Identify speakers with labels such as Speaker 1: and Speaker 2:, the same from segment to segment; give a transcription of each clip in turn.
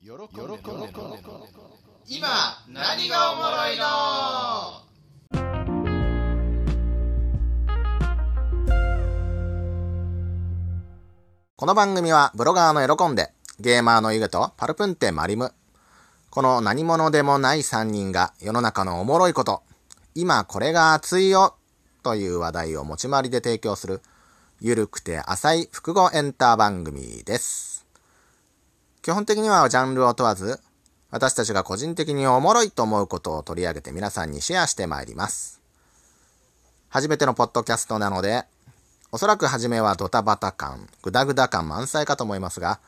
Speaker 1: 喜んで喜んで
Speaker 2: 今何がおもろいの
Speaker 3: この番組はブロガーの喜んで、ゲーマーのゆげとパルプンテマリム。この何者でもない3人が世の中のおもろいこと、今これが熱いよという話題を持ち回りで提供する、ゆるくて浅い複合エンター番組です。基本的にはジャンルを問わず、私たちが個人的におもろいと思うことを取り上げて皆さんにシェアしてまいります。初めてのポッドキャストなので、おそらく初めはドタバタ感、グダグダ感満載かと思いますが、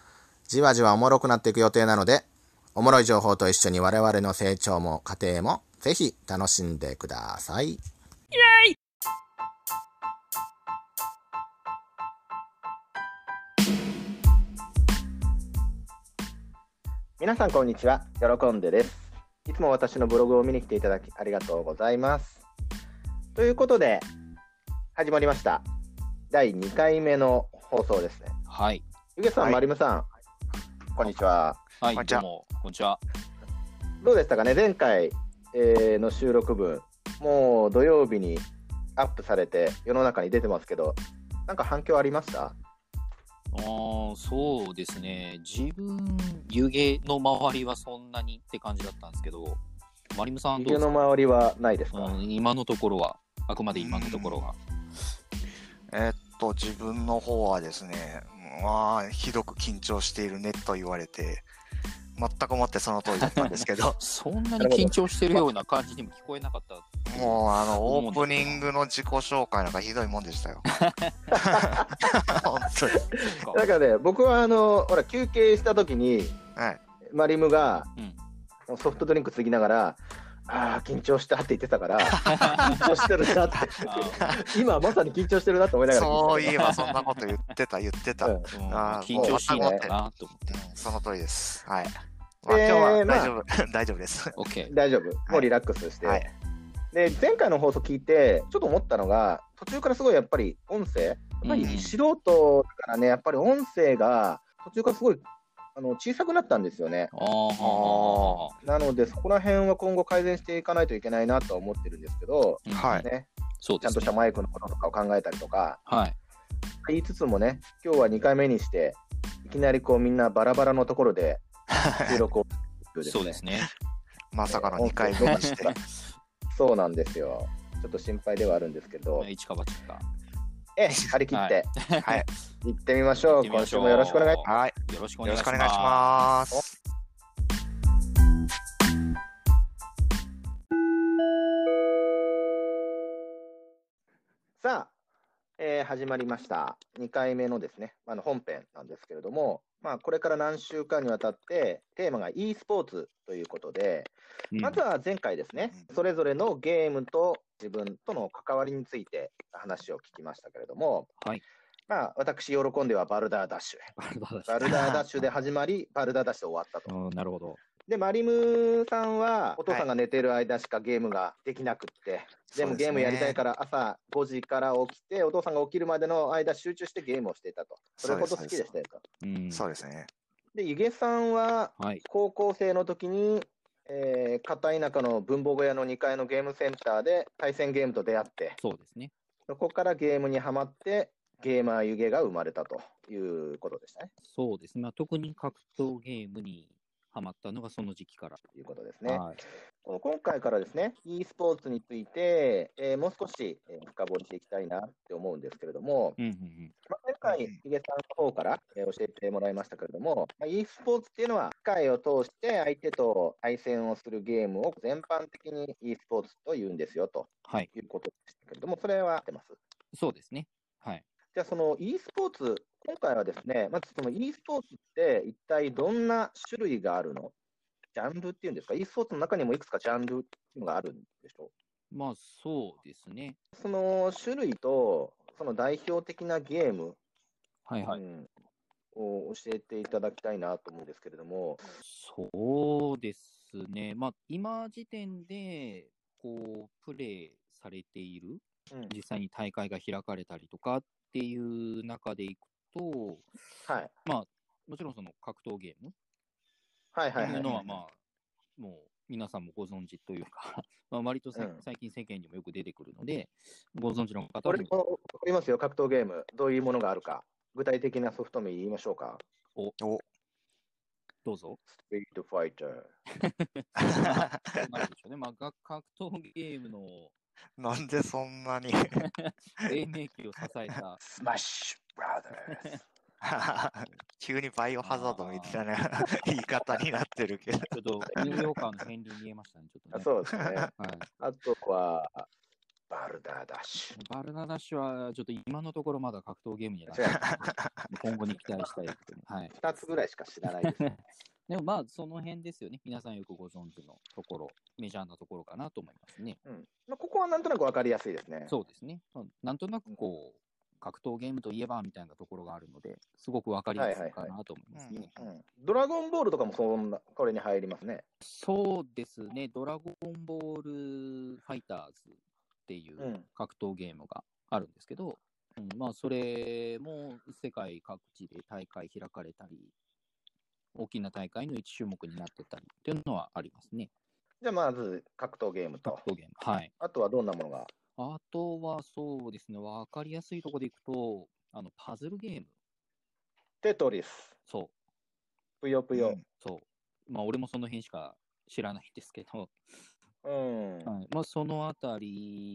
Speaker 3: じわじわおもろくなっていく予定なので、おもろい情報と一緒に我々の成長も過程もぜひ楽しんでください。皆さんこんにちは。喜んでです。いつも私のブログを見に来ていただきありがとうございます。ということで、始まりました。第2回目の放送ですね。
Speaker 4: はい。
Speaker 3: ゆげさん、
Speaker 1: はい
Speaker 3: まりむさん、こんにちは。
Speaker 4: はい、
Speaker 1: こんにち
Speaker 4: ど
Speaker 1: は
Speaker 4: うも、こんにちは。
Speaker 3: どうでしたかね、前回、えーの収録分、もう土曜日にアップされて、世の中に出てますけど、なんか反響ありました
Speaker 4: あーそうですね。自分、湯気の周りはそんなにって感じだったんですけど、マリムさんど
Speaker 3: 家
Speaker 4: うで
Speaker 3: の
Speaker 4: すか、
Speaker 3: 周りはないですか、
Speaker 4: うん、今のところは、あくまで今のところは。
Speaker 1: えーっと自分の方はですねまあひどく緊張しているねと言われて全くもってその通りだったんです けど
Speaker 4: そんなに緊張してるような感じにも聞こえなかった。
Speaker 1: もうあのオープニングの自己紹介なんかひどいもんでし たよ本当に
Speaker 4: そっ
Speaker 3: な
Speaker 4: か
Speaker 3: んかね、僕はあのほら休憩した時に、
Speaker 1: はい
Speaker 3: マリムが、
Speaker 4: うん
Speaker 3: ソフトドリンクつぎながら、ああ、緊張したって言って たから、緊張してるなって、
Speaker 4: あ
Speaker 3: 今まさに緊張してるなって思いながら聞
Speaker 1: そう
Speaker 3: いて
Speaker 1: いえばそんなこと言ってた言ってた、
Speaker 3: う
Speaker 1: うんん、
Speaker 4: ーうん
Speaker 1: あー
Speaker 4: 緊張しいのかなと思って。
Speaker 1: その通りですはい、まあ、
Speaker 3: えー
Speaker 1: 今日は
Speaker 3: まあ
Speaker 1: 大丈夫、 大丈夫です
Speaker 4: オッケ
Speaker 3: た大丈夫、もうリラックスして。
Speaker 1: はい
Speaker 3: で前回の放送聞いてちょっと思ったのが途中からすごいやっぱり音声やっぱ
Speaker 4: うんうん
Speaker 3: り素人だからねやっぱり音声が途中からすごいあの小さくなったんですよね
Speaker 4: ー。あ
Speaker 3: なのでそこら辺は今後改善していかないといけないなとは思ってるんですけど、
Speaker 4: あ、
Speaker 1: はい
Speaker 3: ね、
Speaker 4: そう
Speaker 3: ち
Speaker 4: で
Speaker 3: ゃん
Speaker 4: す
Speaker 3: とした
Speaker 4: ね。
Speaker 3: マイクのこととかを考えたりとか
Speaker 4: はい。
Speaker 3: 言いつつもね今日は2回目にしていきなりこうみんなバラバラのところ で収録を
Speaker 4: そうですね。
Speaker 1: まさかの2回目にして
Speaker 3: そうなんですよちょっと心配ではあるんですけど、
Speaker 4: 一か八か。
Speaker 3: ええ張り切って、
Speaker 1: はい
Speaker 3: 行ってみまし
Speaker 4: 行
Speaker 3: ょう
Speaker 4: ってみ
Speaker 3: 今
Speaker 4: まし
Speaker 3: 週
Speaker 4: ょう
Speaker 3: もよろしくお願いします
Speaker 1: はい
Speaker 4: よろしくお願
Speaker 1: よろ
Speaker 4: い
Speaker 1: し
Speaker 4: し
Speaker 1: くお願いし
Speaker 4: ま
Speaker 1: ます
Speaker 3: さあ、えー始まりました。2回目のですね、あの本編なんですけれども、まあ、これから何週間にわたって、テーマが e スポーツということで、
Speaker 4: す。うん
Speaker 3: まずは前回ですね、それぞれのゲームと自分との関わりについて話を聞きましたけれども、
Speaker 4: はい
Speaker 3: まあ、私、喜んではバルダーダッシュへ。バルダーダッシュで始まり、バルダーダッシュで終わった と。
Speaker 4: うんなるほど。
Speaker 3: で、マリムさんは、お父さんが寝てる間しかゲームができなくって、でもゲームやりたいから朝5時から起きて、お父さんが起きるまでの間集中してゲームをしていたと。それほど好きでしたよと。
Speaker 4: うん
Speaker 1: そうですね
Speaker 3: で、ゆげさんは
Speaker 4: はい。
Speaker 3: 高校生の時に、えー片田舎の文房具屋の2階のゲームセンターで対戦ゲームと出会って、
Speaker 4: そうですね。
Speaker 3: そこからゲームにはまって、ゲーマーゆげが生まれたということでしたね。
Speaker 4: そうですね。まあ、特に格闘ゲームにハマったのがその時期から。
Speaker 3: ということですね。
Speaker 4: はい。
Speaker 3: この今回からですね、e スポーツについて、えーもう少し、えー深掘りしていきたいなって思うんですけれども、
Speaker 4: うんうんうん。
Speaker 3: まあ、前回、ヒゲさんの方から、えー教えてもらいましたけれども、まあ、e スポーツっていうのは、機械を通して相手と対戦をするゲームを全般的に e スポーツと言うんですよと
Speaker 4: はい。
Speaker 3: いうことでしたけれども、それは合ってます。
Speaker 4: そうですね。はい。
Speaker 3: じゃあ、その e スポーツ、今回はですね、まずその e スポーツって一体どんな種類があるのジャンルっていうんですか、e スポーツの中にもいくつかジャンルっていうのがあるんでしょう
Speaker 4: まあ、そうですね。
Speaker 3: その種類と、その代表的なゲーム、
Speaker 4: はいはい。
Speaker 3: うんを教えていただきたいなと思うんですけれども、
Speaker 4: そうですね。まあ、今時点で、こう、プレイされている、
Speaker 3: うん
Speaker 4: 実際に大会が開かれたりとかっていう中でいくと、
Speaker 3: はい、
Speaker 4: もちろんその格闘ゲーム
Speaker 3: はい
Speaker 4: と
Speaker 3: はい
Speaker 4: い
Speaker 3: は
Speaker 4: う
Speaker 3: い。
Speaker 4: のは、まあ、もう皆さんもご存知というか、 まあ割とさ、
Speaker 3: うん
Speaker 4: 最近世間にもよく出てくるので、ご存知の方
Speaker 3: これ
Speaker 4: に
Speaker 3: このわかりますよ、格闘ゲーム、どういうものがあるか、具体的なソフト名言いましょうか。
Speaker 1: お
Speaker 4: どうぞ。
Speaker 3: ストリートファイター。
Speaker 4: なるでしょうね。まあ、が格闘ゲームの
Speaker 1: なんでそんなに
Speaker 4: 黎明期を支え た、
Speaker 3: スマッシュブラザーズ。
Speaker 1: 急にバイオハザードみたいな言い方になってるけど。
Speaker 4: ちょっとニューヨーカーの片鱗見えましたね、ちょっと
Speaker 3: あ
Speaker 4: ね。
Speaker 3: そうですね。
Speaker 4: はい、
Speaker 3: あとは、バルダーダッシュ。
Speaker 4: バルナダッシュは、ちょっと今のところまだ格闘ゲームには
Speaker 3: 違
Speaker 4: な
Speaker 3: う
Speaker 4: い。今後に期待したいことにはい。
Speaker 3: 2つぐらいしか知 らないです。
Speaker 4: でもまあ、その辺ですよね。皆さんよくご存知のところ、メジャーなところかなと思いますね。
Speaker 3: うんまあ、ここはなんとなくわかりやすいですね。
Speaker 4: そうですね。まあなんとなくこう、格闘ゲームといえばみたいなところがあるので、すごくわかりやすいかなと思いますね。
Speaker 1: はいはい
Speaker 3: うん、ドラゴンボールとかもそんなこれに入りますね。
Speaker 4: そうですね、ドラゴンボールファイターズっていううん格闘ゲームがあるんですけど、うんまあ、それも世界各地で大会開かれたり、大きな大会の一種目になってたりっていうのはありますね、
Speaker 3: じゃあまず格闘ゲームと
Speaker 4: 格、闘ゲーム。はい、
Speaker 3: あとはどんなものが
Speaker 4: あとはそうですね、分かりやすいところでいくと、あのパズルゲーム、
Speaker 3: テトリス、
Speaker 4: そう、
Speaker 3: ぷよぷよ。
Speaker 4: そう、まあ、俺もその辺しか知らないんですけど、
Speaker 3: うん。
Speaker 4: はいまあ、そのあた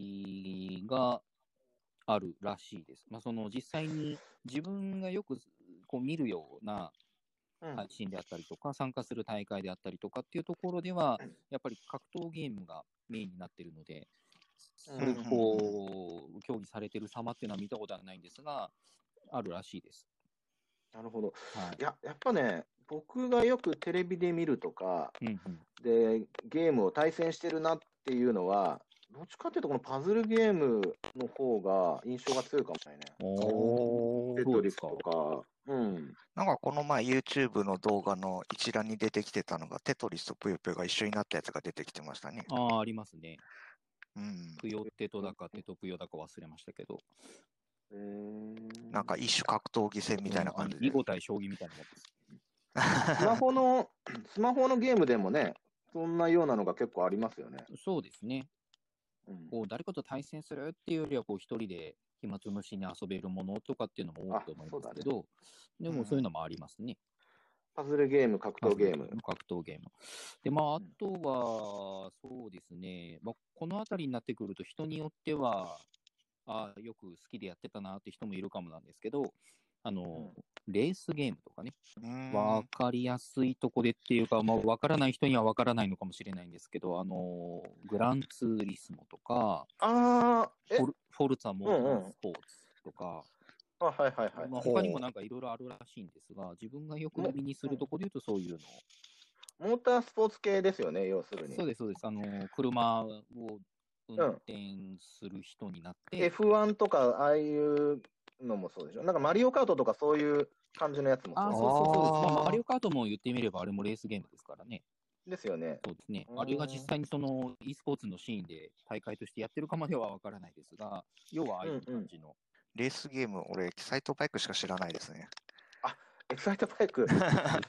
Speaker 4: りがあるらしいです。まあ、その実際に自分がよくこう見るような
Speaker 3: うん
Speaker 4: 配信であったりとか、参加する大会であったりとかっていうところでは、やっぱり格闘ゲームがメインになってるので、そういうこう、競技されてる様っていうのは見たことはないんですが、あるらしいです。
Speaker 3: なるほど。
Speaker 4: はい
Speaker 3: いや、やっぱね、僕がよくテレビで見るとか、
Speaker 4: うんうん、
Speaker 3: で、ゲームを対戦してるなっていうのは、どっちかっていうと、このパズルゲームの方が印象が強いかもしれないね。
Speaker 4: お
Speaker 3: テ
Speaker 4: そ
Speaker 3: ト
Speaker 4: うで
Speaker 3: リ
Speaker 4: す
Speaker 3: ス
Speaker 4: か
Speaker 3: と。か。うん。
Speaker 1: なんかこの前 YouTube の動画の一覧に出てきてたのが、テトリスとぷよぷよが一緒になったやつが出てきてましたね。
Speaker 4: ああー、ありますね。
Speaker 1: うん。
Speaker 4: ぷよってとだか、てとぷよだか忘れましたけど。
Speaker 3: うーん
Speaker 1: なんか一種格闘技戦みたいな感じ
Speaker 4: あの囲
Speaker 1: で。
Speaker 4: 碁対将棋みたいなもんです。
Speaker 3: スマホの、 スマホのゲームでもね、そんなようなのが結構ありますよね。
Speaker 4: そうですね。
Speaker 3: うん、
Speaker 4: こう誰かと対戦するっていうよりは、こう一人で暇つぶしに遊べるものとかっていうのも多いと思いますけど、
Speaker 1: ね
Speaker 4: でもそういうのもありますね。
Speaker 3: パズルゲーム、格闘ゲーム。
Speaker 4: 格闘ゲーム。で、まあ、
Speaker 3: う
Speaker 4: あ
Speaker 3: ん
Speaker 4: とは、そうですね、まあ、このあたりになってくると、人によっては、ああ、よく好きでやってたなって人もいるかもなんですけど、あの、レースゲームとかね、
Speaker 1: うん
Speaker 4: わかりやすいとこでっていうか、まあ、わからない人にはわからないのかもしれないんですけど、あのーグランツーリスモとか、
Speaker 3: あー、え
Speaker 4: フォルフォルツァモータースポーツとか、
Speaker 3: あ、はいはいはい。
Speaker 4: まあ、他にもなんかいろいろあるらしいんですが、自分がよく耳にするとこで言うとそういうの、
Speaker 3: モータースポーツ系ですよね、要するに
Speaker 4: そう。です、そうです、あのー車を運転する人になって、
Speaker 3: F1 とか、ああいうのもそうでしょ。なんかマリオカートとかそういう感じのやつも
Speaker 4: あー
Speaker 3: そ
Speaker 4: そうそうそうです、
Speaker 1: あー
Speaker 4: まあ、マリオカートも言ってみれば、あれもレースゲームですからね、
Speaker 3: うですよね。
Speaker 4: そうですね
Speaker 3: う、ん
Speaker 4: あれが実際にその e スポーツのシーンで大会としてやってるかまではわからないですが、要はああいう感じの。
Speaker 1: レースゲーム、俺、サイトバイクしか知らないですね。
Speaker 3: エキサイトバイ ク、
Speaker 4: エ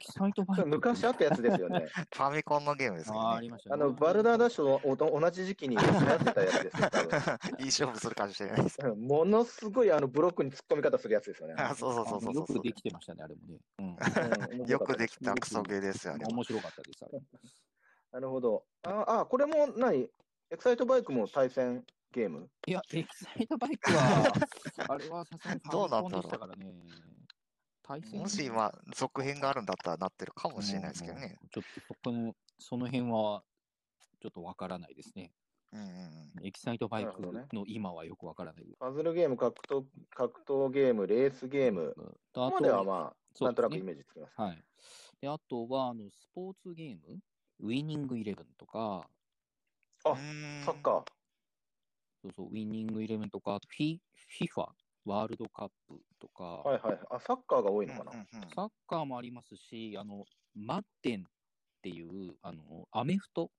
Speaker 4: キサイトバイク。
Speaker 3: 昔あったやつです よね。
Speaker 1: ファミコンのゲームです
Speaker 4: あ
Speaker 1: け
Speaker 4: ーあ
Speaker 1: ど
Speaker 4: り
Speaker 1: ね。
Speaker 4: ましたね
Speaker 3: あの、バルダーダッシュとお同じ時期に流行ってたやつですよ、多分
Speaker 1: いい勝負するかもしれないです。
Speaker 3: うんものすごいあのブロックに突っ込み方するやつですよね。
Speaker 1: あそうそうそう
Speaker 4: あの
Speaker 1: そうそ
Speaker 4: よく
Speaker 1: う
Speaker 4: で。きてましたね、あれもね。うん、
Speaker 3: うん
Speaker 1: よくできたクソゲーですよね。
Speaker 4: 面白かったです、あれ。
Speaker 3: なるほど。ああ、これも何エクサイトバイクも対戦ゲーム
Speaker 4: いや、エキサイトバイクは、あれはさすがにファミコンでしたからね。対戦
Speaker 1: もし今、続編があるんだったらなってるかもしれないですけどね。。
Speaker 4: うんちょっとそこの、その辺は、ちょっとわからないですね。
Speaker 1: うんうん
Speaker 4: エキサイトバイク
Speaker 3: なるほ
Speaker 4: の今はよくわからない。
Speaker 3: パズルゲーム、格闘、格闘ゲーム、レースゲーム。
Speaker 4: うんあ
Speaker 3: ここまではまあ、
Speaker 4: そうですね
Speaker 3: なんとなくイメージつきます。
Speaker 4: はい。で、あとは、あの、スポーツゲーム、ウィニングイレブンとか、
Speaker 3: あ
Speaker 1: うん。
Speaker 3: サッカー。
Speaker 4: そうそう、ウィニングイレブンとか、あとフィ FIFA、ワールドカップとか、
Speaker 3: はいはい。あ、サッカーが多いのか
Speaker 1: うんう
Speaker 3: な。
Speaker 1: んうん
Speaker 4: サッカーもありますし、あの、マッテンっていう、あの、アメフト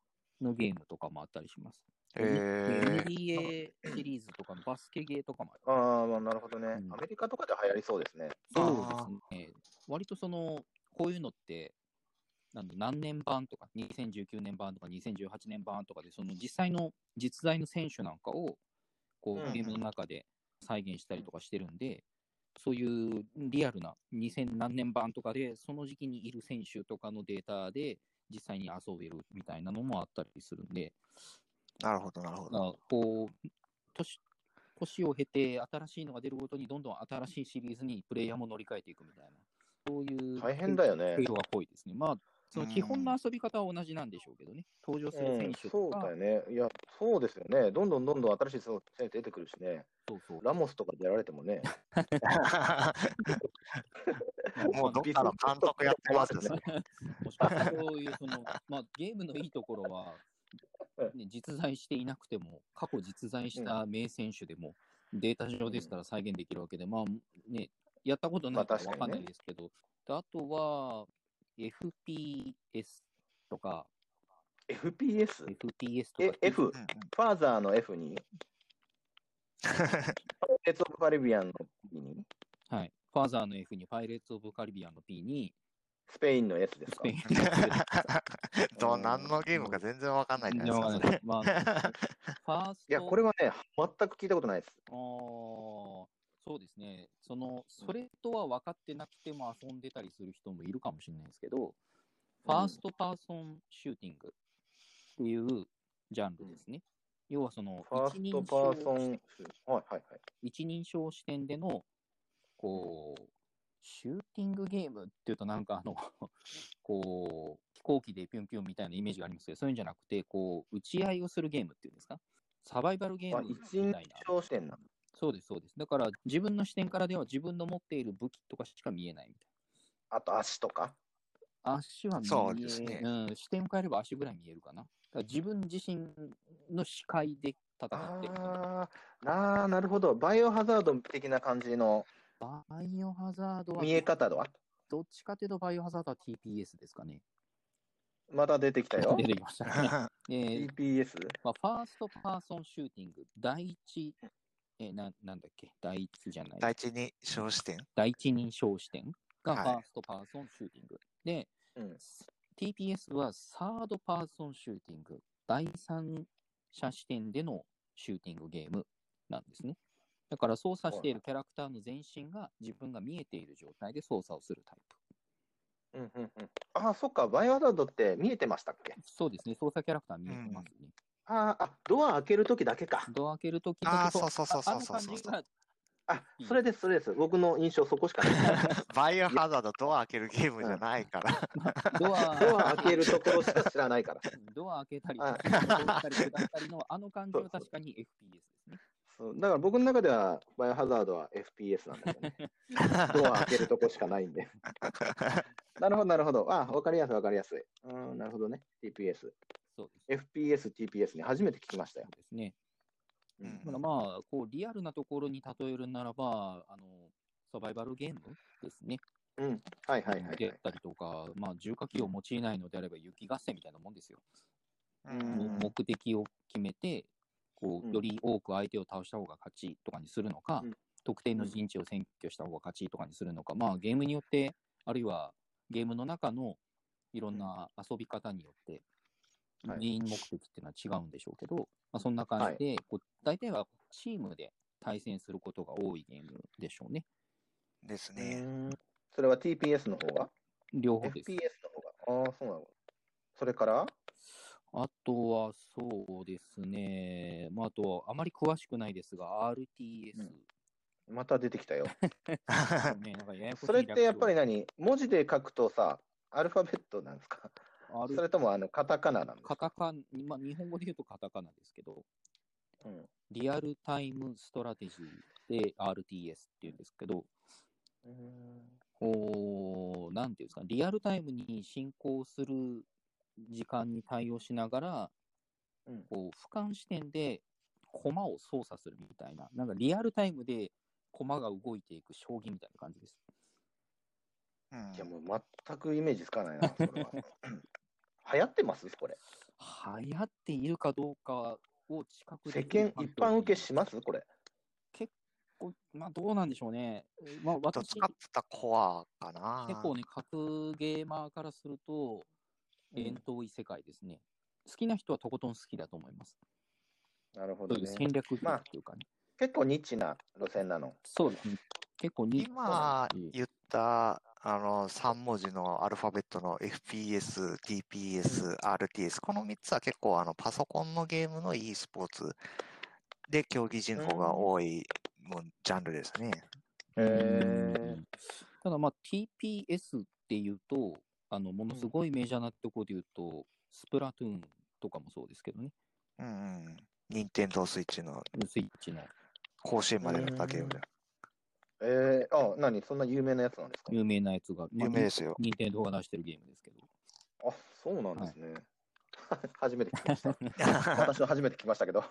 Speaker 4: のゲームとかもあったりします。
Speaker 1: へー
Speaker 4: NBA シリーズとかのバスケゲーとかもある。
Speaker 3: ああ、まあなるほどね。ア
Speaker 4: うん
Speaker 3: メリカとかで流行りそうですね。
Speaker 1: そう
Speaker 4: ですね。割とその、こういうのって、あの何年版とか、2019年版とか、2018年版とかで、その実際の、実在の選手なんかを、こ
Speaker 3: うんうん
Speaker 4: う、ゲームの中で再現したりとかしてるんで、そういうリアルな2000何年版とかで、その時期にいる選手とかのデータで、実際に遊べるみたいなのもあったりするんで、
Speaker 1: なるほど、なるほど。
Speaker 4: まあこう、年、年を経て、新しいのが出るごとに、どんどん新しいシリーズにプレイヤーも乗り換えていくみたいな、そういう
Speaker 3: 大変だよね
Speaker 4: 傾。向が濃いですね。まあ、その基本の遊び方は同じなんでしょうけどね、登場する
Speaker 3: う
Speaker 4: 選
Speaker 3: ん
Speaker 4: 手、と
Speaker 3: そう
Speaker 4: か、
Speaker 3: だよね。いや、そうですよね。どんどんどんどん新しい選手出てくるしね。
Speaker 4: そうそう
Speaker 3: ラモスとかでやられても ね。
Speaker 1: もうどっかの監督やってますよ、それ
Speaker 4: もしかしたらそういうその、 まあ、ゲームのいいところは、ね、実在していなくても、過去実在した名選手でも、データ上ですから再現できるわけで、まあね、やったことないから
Speaker 3: まあ
Speaker 4: わ
Speaker 3: 確か
Speaker 4: かん
Speaker 3: にね
Speaker 4: ないですけど、であとは FPS とか、
Speaker 3: FPS?
Speaker 4: FPS と
Speaker 3: え
Speaker 4: か、、
Speaker 3: F? フ
Speaker 1: うんうん
Speaker 3: ァーザーの F に、エツオブカリビアンの P に、
Speaker 4: はい、ファーザーの F に、パイレーツ・オブ・カリビアンの P に、
Speaker 3: スペインの S です
Speaker 4: ス
Speaker 3: か
Speaker 4: ペイ。ンの F で
Speaker 1: どん何のゲームか全然わか んないじゃないですか、それ。
Speaker 4: まあ、ファースト、
Speaker 3: いや、これはね、全く聞いたことないです。
Speaker 4: あーそうですね、そのそれとは分かってなくても遊んでたりする人もいるかもしれないですけど、ファーストパーソンシューティングっていうジャンルですね。要はその
Speaker 3: ファー
Speaker 4: 一
Speaker 3: ス
Speaker 4: 人
Speaker 3: トパーソ
Speaker 4: 称
Speaker 3: ン、はいはいはい。
Speaker 4: 一人称視点でのこうシューティングゲームっていうとなんかあの こう飛行機でピュンピュンみたいなイメージがありますけどそういうんじゃなくてこう打ち合いをするゲームっていうんですかサバイバルゲー
Speaker 3: あ
Speaker 4: ムみ
Speaker 3: 一
Speaker 4: たい
Speaker 3: 人
Speaker 4: な。
Speaker 3: 称視点なの。
Speaker 4: そうです、そうです。だから自分の視点からでは自分の持っている武器とかしか見えないみたい
Speaker 3: あと足とか。
Speaker 4: な。足は見え
Speaker 1: そうですね
Speaker 4: うん、視点を変えれば足ぐらい見えるかな。だから自分自身の視界で戦ってる。
Speaker 3: あーあー、なるほど。バイオハザード的な感じの
Speaker 4: バイオハザードは
Speaker 3: 見え方だわ。
Speaker 4: どっちかというとバイオハザードは TPS ですかね。
Speaker 3: また出てきたよ
Speaker 4: 出。てきました ね。えー
Speaker 3: GPS?
Speaker 4: まあ、ファーストパーソンシューティング、第一、えーななんだっけ、第一じゃない
Speaker 1: 第一に小視点。
Speaker 4: 第一人称視点が
Speaker 1: はい
Speaker 4: ファーストパーソンシューティング。で、
Speaker 3: うん。
Speaker 4: TPS はサードパーソンシューティング、第三者視点でのシューティングゲームなんですね。だから操作しているキャラクターの全身が自分が見えている状態で操作をするタイプ。
Speaker 3: うんうんうん、あ、そっか、バイオハザードって見えてましたっけ
Speaker 4: そうですね、操作キャラクター見えてますね。
Speaker 3: あーあ、ドア開けるときだけか。
Speaker 4: ドア開けるとき
Speaker 1: あーそうそうそうそうそう
Speaker 4: あの感じが
Speaker 3: あ、それです、それです。僕の印象そこ しかない。
Speaker 1: バイオハザードドア開けるゲームじゃないから。
Speaker 4: ドア
Speaker 3: ドア開けるところしか知らないから。
Speaker 4: ドア開けたり、
Speaker 3: あ
Speaker 4: 下ったり、下ったりのあの感じは確かに FPS ですね。
Speaker 3: そうだから僕の中では、バイオハザードは FPS なんだけどね。 ドア開けるとこしかないんで。なるほど、なるほど。あ、わかりやすい、わかりやすい。うん、なるほどね。TPS。
Speaker 4: そうです。
Speaker 3: FPS、TPS ね、初めて聞きました
Speaker 4: そう
Speaker 3: よ。
Speaker 4: ですね。
Speaker 3: う
Speaker 1: うん
Speaker 3: ん
Speaker 4: だからまあ、こう、リアルなところに例えるならば、あの、サバイバルゲームですね。
Speaker 3: うん、はいはいはいはい。
Speaker 4: であったりとか、まあ、重火器を用いないのであれば、雪合戦みたいなもんですよ。
Speaker 1: うん
Speaker 3: うん
Speaker 4: 目的を決めて、こ
Speaker 3: うん
Speaker 4: う、より多く相手を倒した方が勝ちとかにするのか、
Speaker 3: うん
Speaker 4: 特定の陣地を占拠した方が勝ちとかにするのか、まあ、ゲームによって、あるいはゲームの中のいろんな遊び方によって、
Speaker 3: はい
Speaker 4: メイン目的っていうのは違うんでしょうけど、まあ、そんな感じで、こう大体はチームで対戦することが多いゲームでしょうね。
Speaker 1: です
Speaker 3: う
Speaker 1: ね。
Speaker 3: んそれは TPS の方が
Speaker 4: 両方
Speaker 3: ?FPS
Speaker 4: です。
Speaker 3: の方が。ああ、そうなの。それから
Speaker 4: あとはそうですね、まあ、あとはあまり詳しくないですが、RTS
Speaker 3: う、また出て きたよ。
Speaker 4: ね、なんかややこしい
Speaker 3: それってやっぱり
Speaker 4: 略
Speaker 3: 何文字で書くとさ、アルファベットなんですか
Speaker 4: 称ある
Speaker 3: それともあのカタカナなんです
Speaker 4: カ
Speaker 3: か
Speaker 4: タカナ、まあ、日本語で言うとカタカナですけど、
Speaker 3: うん
Speaker 4: リアルタイムストラテジーで RTS っていうんですけど、こう、なんていうんですか、リアルタイムに進行する時間に対応しながら、
Speaker 3: うん
Speaker 4: こう、俯瞰視点で駒を操作するみたいな、なんかリアルタイムで駒が動いていく将棋みたいな感じです。
Speaker 1: うん
Speaker 3: いや、もう全くイメージつかないな、そ れは。流行ってますこれ。
Speaker 4: 流行っているかどうかを近くで
Speaker 3: 世間一般受けしますこれ。
Speaker 4: こうまあ、どうなんでしょうね。まあ、
Speaker 1: と
Speaker 4: 私、
Speaker 1: 使ってたコアかな。
Speaker 4: 結構ね、格ゲーマーからすると、遠遠い世界ですね。好きな人はとことん好きだと思います。
Speaker 3: なるほ
Speaker 4: そ
Speaker 3: ど
Speaker 4: ういう
Speaker 3: ね。
Speaker 4: 戦略って
Speaker 3: まあ
Speaker 4: いうかね。
Speaker 3: 結構ニッチな路線なの。
Speaker 4: そうですね。結構に、
Speaker 1: 今
Speaker 4: うん
Speaker 1: 言ったあの3文字のアルファベットの FPS、TPS、RTS、この3つは結構あのパソコンのゲームの e スポーツで競技人口が多いもんジャンルですね。
Speaker 3: へ
Speaker 4: うんただまあ TPS っていうと、あのものすごいメジャーなところで言うと、スプラトゥーンとかもそうですけどね、
Speaker 1: うんうん。任天堂スイッチの
Speaker 4: スイッチの
Speaker 1: 甲子園までやったゲームで。
Speaker 3: えー、あ、何そんな有名なやつなんですか
Speaker 4: 有名なやつが、まあ
Speaker 1: 有名ですよ。
Speaker 4: 任天堂が出してるゲームですけど。
Speaker 3: あ、そうなんですね。 初めて聞き ました。私は初めて聞きましたけど。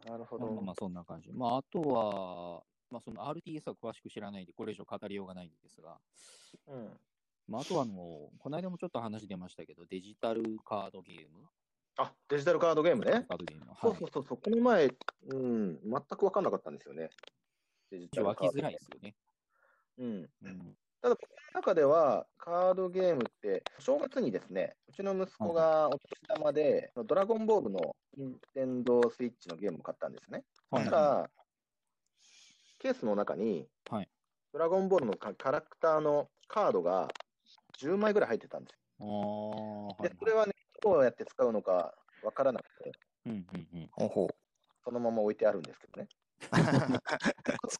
Speaker 3: なるほ
Speaker 4: まあまあま
Speaker 3: ど
Speaker 4: あ。そんな感じ。まああとは、まあその RTS は詳しく知らないんで、これ以上語りようがないんですが、
Speaker 3: うん。
Speaker 4: まああとはあの、この間もちょっと話出ましたけど、デジタルカードゲーム。
Speaker 3: あ、デジタルカードゲームね。
Speaker 4: カードゲームの。
Speaker 3: そ
Speaker 4: は
Speaker 3: う
Speaker 4: い
Speaker 3: そう。そうそう。この前、うん、全く分かんなかったんですよね。デジ
Speaker 4: ち
Speaker 3: タ
Speaker 4: ょっ
Speaker 3: ル
Speaker 4: と
Speaker 3: カード
Speaker 4: 湧きづらいですよね。
Speaker 3: うん。
Speaker 4: うん。
Speaker 3: ただ、この中では、カードゲームって、正月にですね、うちの息子がお年玉で、ドラゴンボールの任天堂スイッチのゲームを買ったんですね。
Speaker 4: はい
Speaker 3: そしたら、ケースの中に、
Speaker 4: はい
Speaker 3: ドラゴンボールのキャラクターのカードが10枚ぐらい入ってたんです
Speaker 4: あ
Speaker 3: よ。
Speaker 4: あ、はい
Speaker 3: で、それはね、どうやって使うのかわからなくて、
Speaker 4: うんうんうん。
Speaker 1: お ほ。
Speaker 3: そのまま置いてあるんですけどね。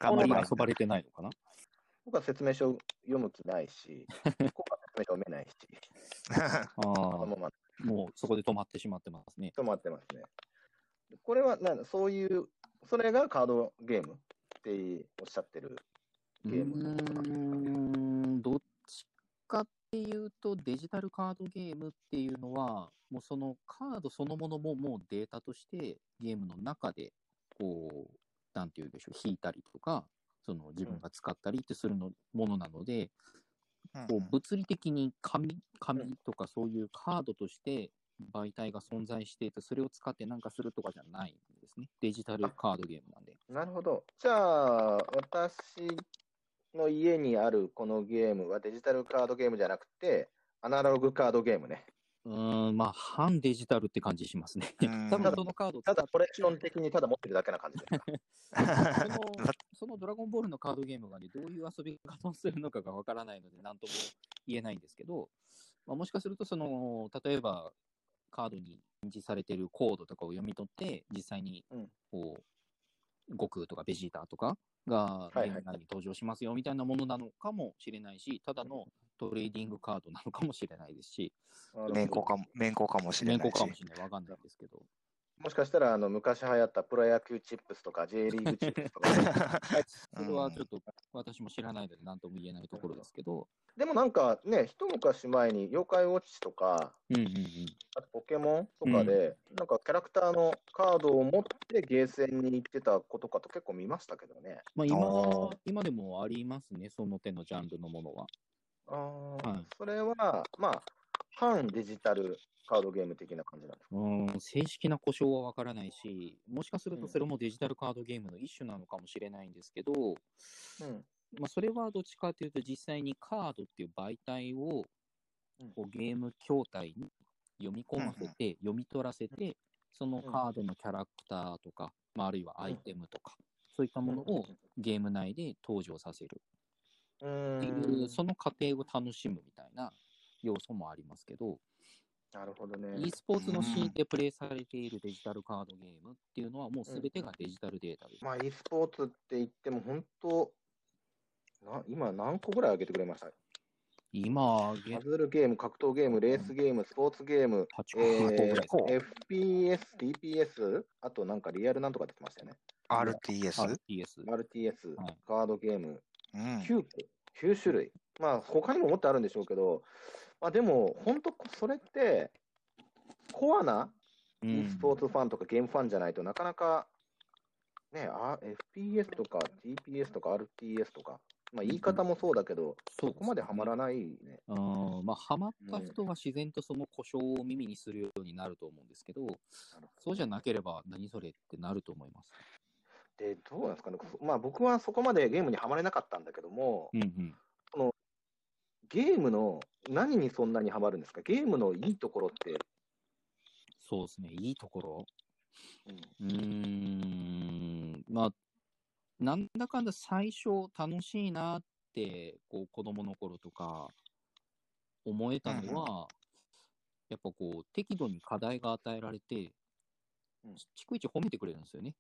Speaker 1: 捕
Speaker 4: あ
Speaker 1: ま
Speaker 4: ま
Speaker 1: ら
Speaker 4: り
Speaker 1: ない
Speaker 4: 遊。ばれてないのかな
Speaker 3: 僕は説明書読む気な いし、僕は説明書読めないし、
Speaker 4: あ
Speaker 3: そのまま
Speaker 4: あ、もうそこで止まってしまってますね。
Speaker 3: 止まってますね。これはなんだ、そういう、それがカードゲームっておっしゃってる。
Speaker 4: う
Speaker 3: ゲ
Speaker 4: ー
Speaker 3: ーム
Speaker 4: ん、どっちかっていうと、デジタルカードゲームっていうのは、もうそのカードそのものももうデータとしてゲームの中で、こう、なんていうんでしょう、引いたりとか、その自分が使ったりってするの、ものなので、こう物理的に紙紙とかそういうカードとして媒体が存在していて、それを使ってなんかするとかじゃないんですね。デジタルカードゲームなんで。
Speaker 3: なるほど。じゃあ、私の家にあるこのゲームはデジタルカードゲームじゃなくて、アナログカードゲームね。
Speaker 4: うーん、まあ、反デジタルって感じしますね。
Speaker 1: うん
Speaker 4: 多分そのカードを使
Speaker 3: た
Speaker 4: っ
Speaker 3: だ、コレクション的にただ持ってるだけな感じです。
Speaker 4: そ の、そのドラゴンボールのカードゲームがね、どういう遊び方をするのかがわからないので、なんとも言えないんですけど、まあ、もしかすると、その、例えば、カードに印字されてるコードとかを読み取って、実際に
Speaker 3: うん、
Speaker 4: こう、悟空とかベジータとかが、
Speaker 3: はいはい
Speaker 4: ゲーム内に登場しますよ、みたいなものなのかもしれないし、ただのトレーディングカードなのかもしれないですし、
Speaker 1: 面子かも、面子かもしれ
Speaker 4: 面
Speaker 1: な
Speaker 4: 子
Speaker 1: いし
Speaker 4: かも。しれない、わかんないですけど。
Speaker 3: もしかしたら、あの、昔流行ったプロ野球チップスとか J リーグチップスとかね、
Speaker 4: それはちょっと私も知らないので何とも言えないところですけど、
Speaker 3: でもなんかね、一昔前に妖怪ウォッチとか、
Speaker 4: うんうんうん、
Speaker 3: あとポケモンとかで、なんかキャラクターのカードを持ってゲーセンに行ってた子とかと結構見ましたけどね。
Speaker 4: まあ、今
Speaker 1: あ
Speaker 4: は
Speaker 1: ー
Speaker 4: 今でもありますね、その手のジャンルのものは。
Speaker 3: あー
Speaker 4: はい
Speaker 3: それは、まあ、反デジタルカードゲーム的な感じなんですか。
Speaker 4: うん正式な故障はわからないし、もしかする
Speaker 3: う
Speaker 4: と
Speaker 3: ん
Speaker 4: それもデジタルカードゲームの一種なのかもしれないんですけど、
Speaker 3: うん。
Speaker 4: まあ、それはどっちかというと、実際にカードっていう媒体を
Speaker 3: うん
Speaker 4: こうゲーム筐体に読み込ませて、読み取らせて、そのカードのキャラクターとか、まあ、あるいはアイテムとか、そういったものをゲーム内で登場させる。
Speaker 3: う
Speaker 4: ってい
Speaker 3: ん
Speaker 4: う、その過程を楽しむみたいな要素もありますけど、
Speaker 3: なるほど
Speaker 4: e
Speaker 3: ね。
Speaker 4: スポーツのシーンでプレイされているデジタルカードゲームっていうのは、もうすべてがデジタルデータです。
Speaker 3: まあ、e スポーツって言っても、本当な今何個ぐらい挙げてくれました
Speaker 4: 今、現
Speaker 3: パズルゲーム、格闘ゲーム、レースゲーム、スポーツゲーム、
Speaker 4: 8個
Speaker 3: え
Speaker 4: 8個ぐらいですか、
Speaker 3: ー、FPS、TPS、あとなんかリアルなんとかって言ってましたよね。
Speaker 1: RTS?
Speaker 4: RTS。
Speaker 3: RTS
Speaker 4: はい、
Speaker 3: カードゲーム、
Speaker 1: うん。
Speaker 3: 9, 九種類。まあ、他にももっとあるんでしょうけど、まあ、でも、本当、それって、コアな e スポーツファンとかゲームファンじゃないとなかなか、ね、あ FPS とか TPS とか RTS とか、まあ、言い方もそうだけど、
Speaker 4: そ
Speaker 3: そこまではまらないね。
Speaker 4: うんまあ、ハマった人は自然とその故障を耳にするようになると思うんですけど、そうじゃなければ何それってなると思います。
Speaker 3: で、どうなんですかね、まあ、僕はそこまでゲームにはまれなかったんだけども
Speaker 4: う、んうん。
Speaker 3: ゲームの何にそんなにハマるんですかゲームのいいところって、
Speaker 4: そうですね、いいところ。
Speaker 3: うん
Speaker 4: うーん、まあ、なんだかんだ最初楽しいなって、こう子供の頃とか思えたのは、やっぱこう適度に課題が逐一与えられて
Speaker 3: うん、
Speaker 4: 逐一褒めてくれるんですよね。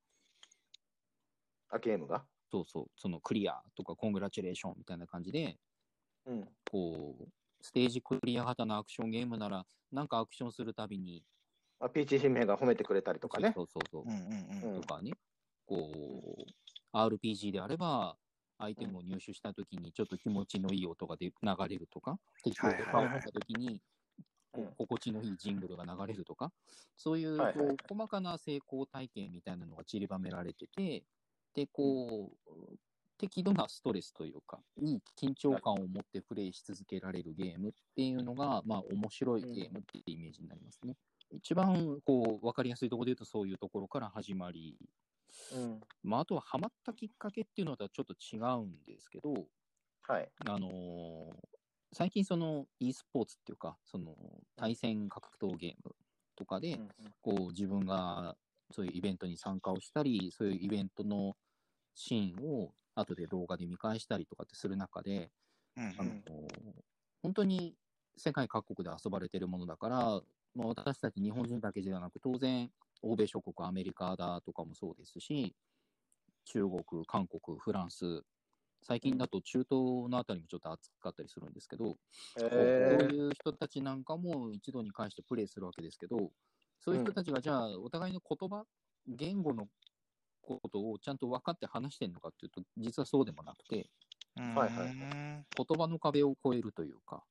Speaker 3: あゲームが、
Speaker 4: そうそう、そのクリアとかコングラチュレーションみたいな感じで、
Speaker 3: うん、
Speaker 4: こう、ステージクリア型のアクションゲームなら、なんかアクションするたびに、
Speaker 3: あピーチ姫が褒めてくれたりとかね。
Speaker 4: そうそうそう
Speaker 1: う、んうんうん。
Speaker 3: うん
Speaker 4: とかね、こう、RPG であれば、アイテムを入手したときに、ちょっと気持ちのいい音がで流れるとか、敵を
Speaker 1: はいはいはい
Speaker 4: 倒したときに、こ
Speaker 3: うん
Speaker 4: う心地のいいジングルが流れるとか、そういう
Speaker 3: はいはいはい
Speaker 4: こう細かな成功体験みたいなのが散りばめられてて、で、こう、適度なストレスというか、いい緊張感を持ってプレイし続けられるゲームっていうのが、まあ、面白いゲームってイメージになりますね。一番、こう、わかりやすいところで言うと、そういうところから始まり、
Speaker 3: うん、
Speaker 4: まあ、あとはハマったきっかけっていうのとはちょっと違うんですけど、
Speaker 3: はい。
Speaker 4: あのー最近その e スポーツっていうか、その対戦格闘ゲームとかで、こう自分がそういうイベントに参加をしたり、そういうイベントのシーンを後で動画で見返したりとかってする中で、
Speaker 1: うん
Speaker 4: あのー本当に世界各国で遊ばれてるものだから、まあ、私たち日本人だけじゃなく、当然、欧米諸国、アメリカだとかもそうですし、中国、韓国、フランス、最近だと中東のあたりもちょっと暑かったりするんですけど、こう
Speaker 3: え
Speaker 4: そういう人たちなんかも一度に関してプレイするわけですけど、そういう人たちがじゃあ、お互いの言葉、言語のことをちゃんと分かって話してるのかっていうと、実はそうでもなくて、
Speaker 1: うん
Speaker 3: はいはい
Speaker 4: 言葉の壁を越えるというか、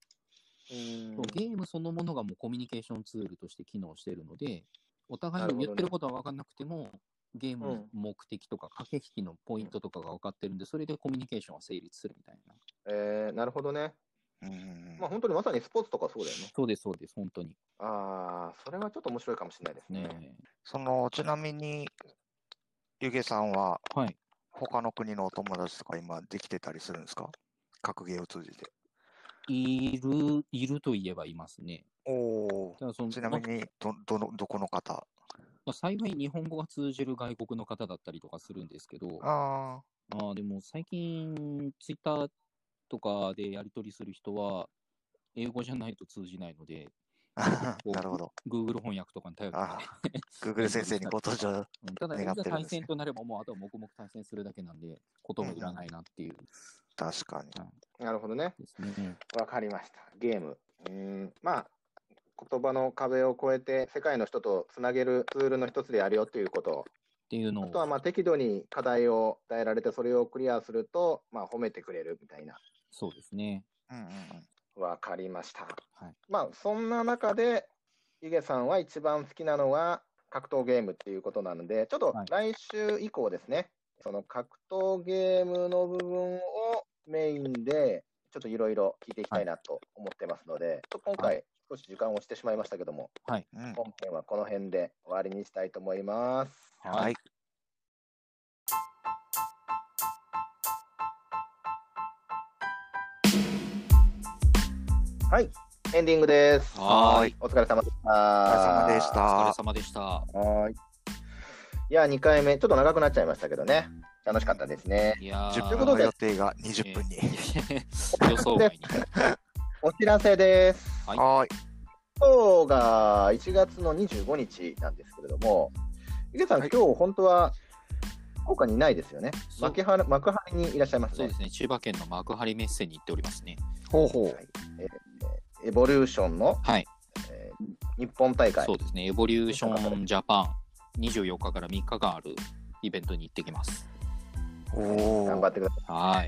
Speaker 3: ーうん
Speaker 4: ゲームそのものがもうコミュニケーションツールとして機能しているので、お互いの言ってることは分かんなくても、ゲームの目的とか駆け引きのポイントとかが分かってるんで、それでコミュニケーションは成立するみたいな。
Speaker 3: えーなるほどね。
Speaker 1: うんうん
Speaker 3: まあ本当にまさにスポーツとかそうだよね。
Speaker 4: そうです、そうです、本当に。
Speaker 3: ああ、それはちょっと面白いかもしれないですね。
Speaker 4: ね
Speaker 1: その、ちなみに、ゆげさんは、
Speaker 4: えはい。
Speaker 1: 他の国のお友達とか今できてたりするんですか格ゲーを通じて。
Speaker 4: いる、いるといえばいますね。
Speaker 1: おお。
Speaker 4: ただその
Speaker 1: ちなみに、ど、どの、どこの方
Speaker 4: まあ、幸い日本語が通じる外国の方だったりとかするんですけど、あ
Speaker 1: あ
Speaker 4: ーでも最近、ツイッターとかでやり取りする人は、英語じゃないと通じないので、
Speaker 1: あ。
Speaker 4: こう
Speaker 1: なるほど。
Speaker 4: Google 翻訳とかに頼って、
Speaker 1: あ ー Google 先生にご登場。
Speaker 4: うんただ、い
Speaker 1: 願っ
Speaker 4: ざ
Speaker 1: てるんですね
Speaker 4: 対戦となれば、もうあとは黙々対戦するだけなんで、言葉いらないなっていう
Speaker 1: 確かに。
Speaker 3: なるほどね。
Speaker 4: ですね。
Speaker 3: わかりました。ゲーム。うーん、まあ、言葉の壁を越えて世界の人とつなげるツールの一つであるよということ。
Speaker 4: っていうの
Speaker 3: あ
Speaker 4: を
Speaker 3: とはまあ適度に課題を与えられてそれをクリアすると、まあ褒めてくれるみたいな。
Speaker 4: そうですね。
Speaker 1: うんうん
Speaker 3: わかりました。
Speaker 4: はい
Speaker 3: まあそんな中で、ゆげさんは一番好きなのは格闘ゲームっていうことなので、ちょっと
Speaker 4: はい
Speaker 3: 来週以降ですね、その格闘ゲームの部分をメインで、ちょっといろいろ聞いていきたいなと思ってますので、ちょっと今回少し時間をしてしまいましたけども、
Speaker 1: うん。うん。
Speaker 3: 本編はこの辺で終わりにしたいと思います。
Speaker 1: はい。
Speaker 3: はい、エンディングです。
Speaker 4: はーい。
Speaker 3: お疲れ様でした。お
Speaker 1: お疲れ様でし
Speaker 4: お疲れ
Speaker 1: た。
Speaker 4: 様でした。
Speaker 3: はーい。いや、2回目、ちょっと長くなっちゃいましたけどね、楽しかったですね。
Speaker 4: いやー
Speaker 1: 10
Speaker 3: という
Speaker 1: 分
Speaker 3: こと
Speaker 1: の
Speaker 3: で
Speaker 1: 予定が20分に。
Speaker 4: えー予想外に。
Speaker 3: お知らせです。
Speaker 4: はい
Speaker 1: はーい。
Speaker 3: 今日が1月の25日なんですけれども、池さん、
Speaker 1: はい
Speaker 3: 今日本当は福岡にいないですよね。
Speaker 4: そう
Speaker 3: 幕張幕張にいらっしゃいます
Speaker 4: そう
Speaker 3: ね
Speaker 4: で。すね、千葉県の幕張メッセに行っておりますね。
Speaker 1: ほうほ
Speaker 3: は。いえーエボリューションの、
Speaker 4: はい、
Speaker 3: えー日本大会
Speaker 4: そうですね、エボリューションジャパン、24日から3日間あるイベントに行ってきます。
Speaker 1: お
Speaker 3: 頑張
Speaker 1: お
Speaker 3: っ。てください。
Speaker 4: はい。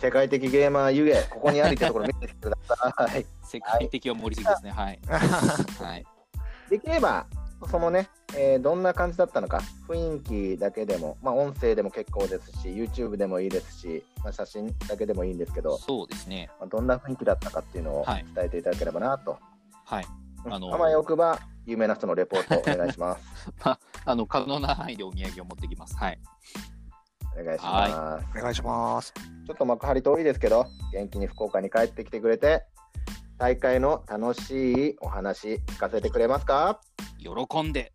Speaker 3: 世界的ゲーマーゆえ、ここにありってところ見てきてください。
Speaker 4: 世界的は盛りすぎですね、はい。 はい。
Speaker 3: できれば、そのね、えーどんな感じだったのか、雰囲気だけでも、まあ、音声でも結構ですし、YouTube でもいいですし、まあ、写真だけでもいいんですけど、
Speaker 4: そうですね、
Speaker 3: まあ、どんな雰囲気だったかっていうのを
Speaker 4: はい
Speaker 3: 伝えていただければなと。
Speaker 4: はい。
Speaker 3: うん
Speaker 4: あの
Speaker 3: あまよくば、有名な人の レポートをお願いします。
Speaker 4: あの、可能な範囲でお土産を持ってきます。はい。
Speaker 3: お願いします。
Speaker 1: お願いします。
Speaker 3: ちょっと幕張遠いですけど、元気に福岡に帰ってきてくれて、大会の楽しいお話聞かせてくれますか
Speaker 4: 喜んで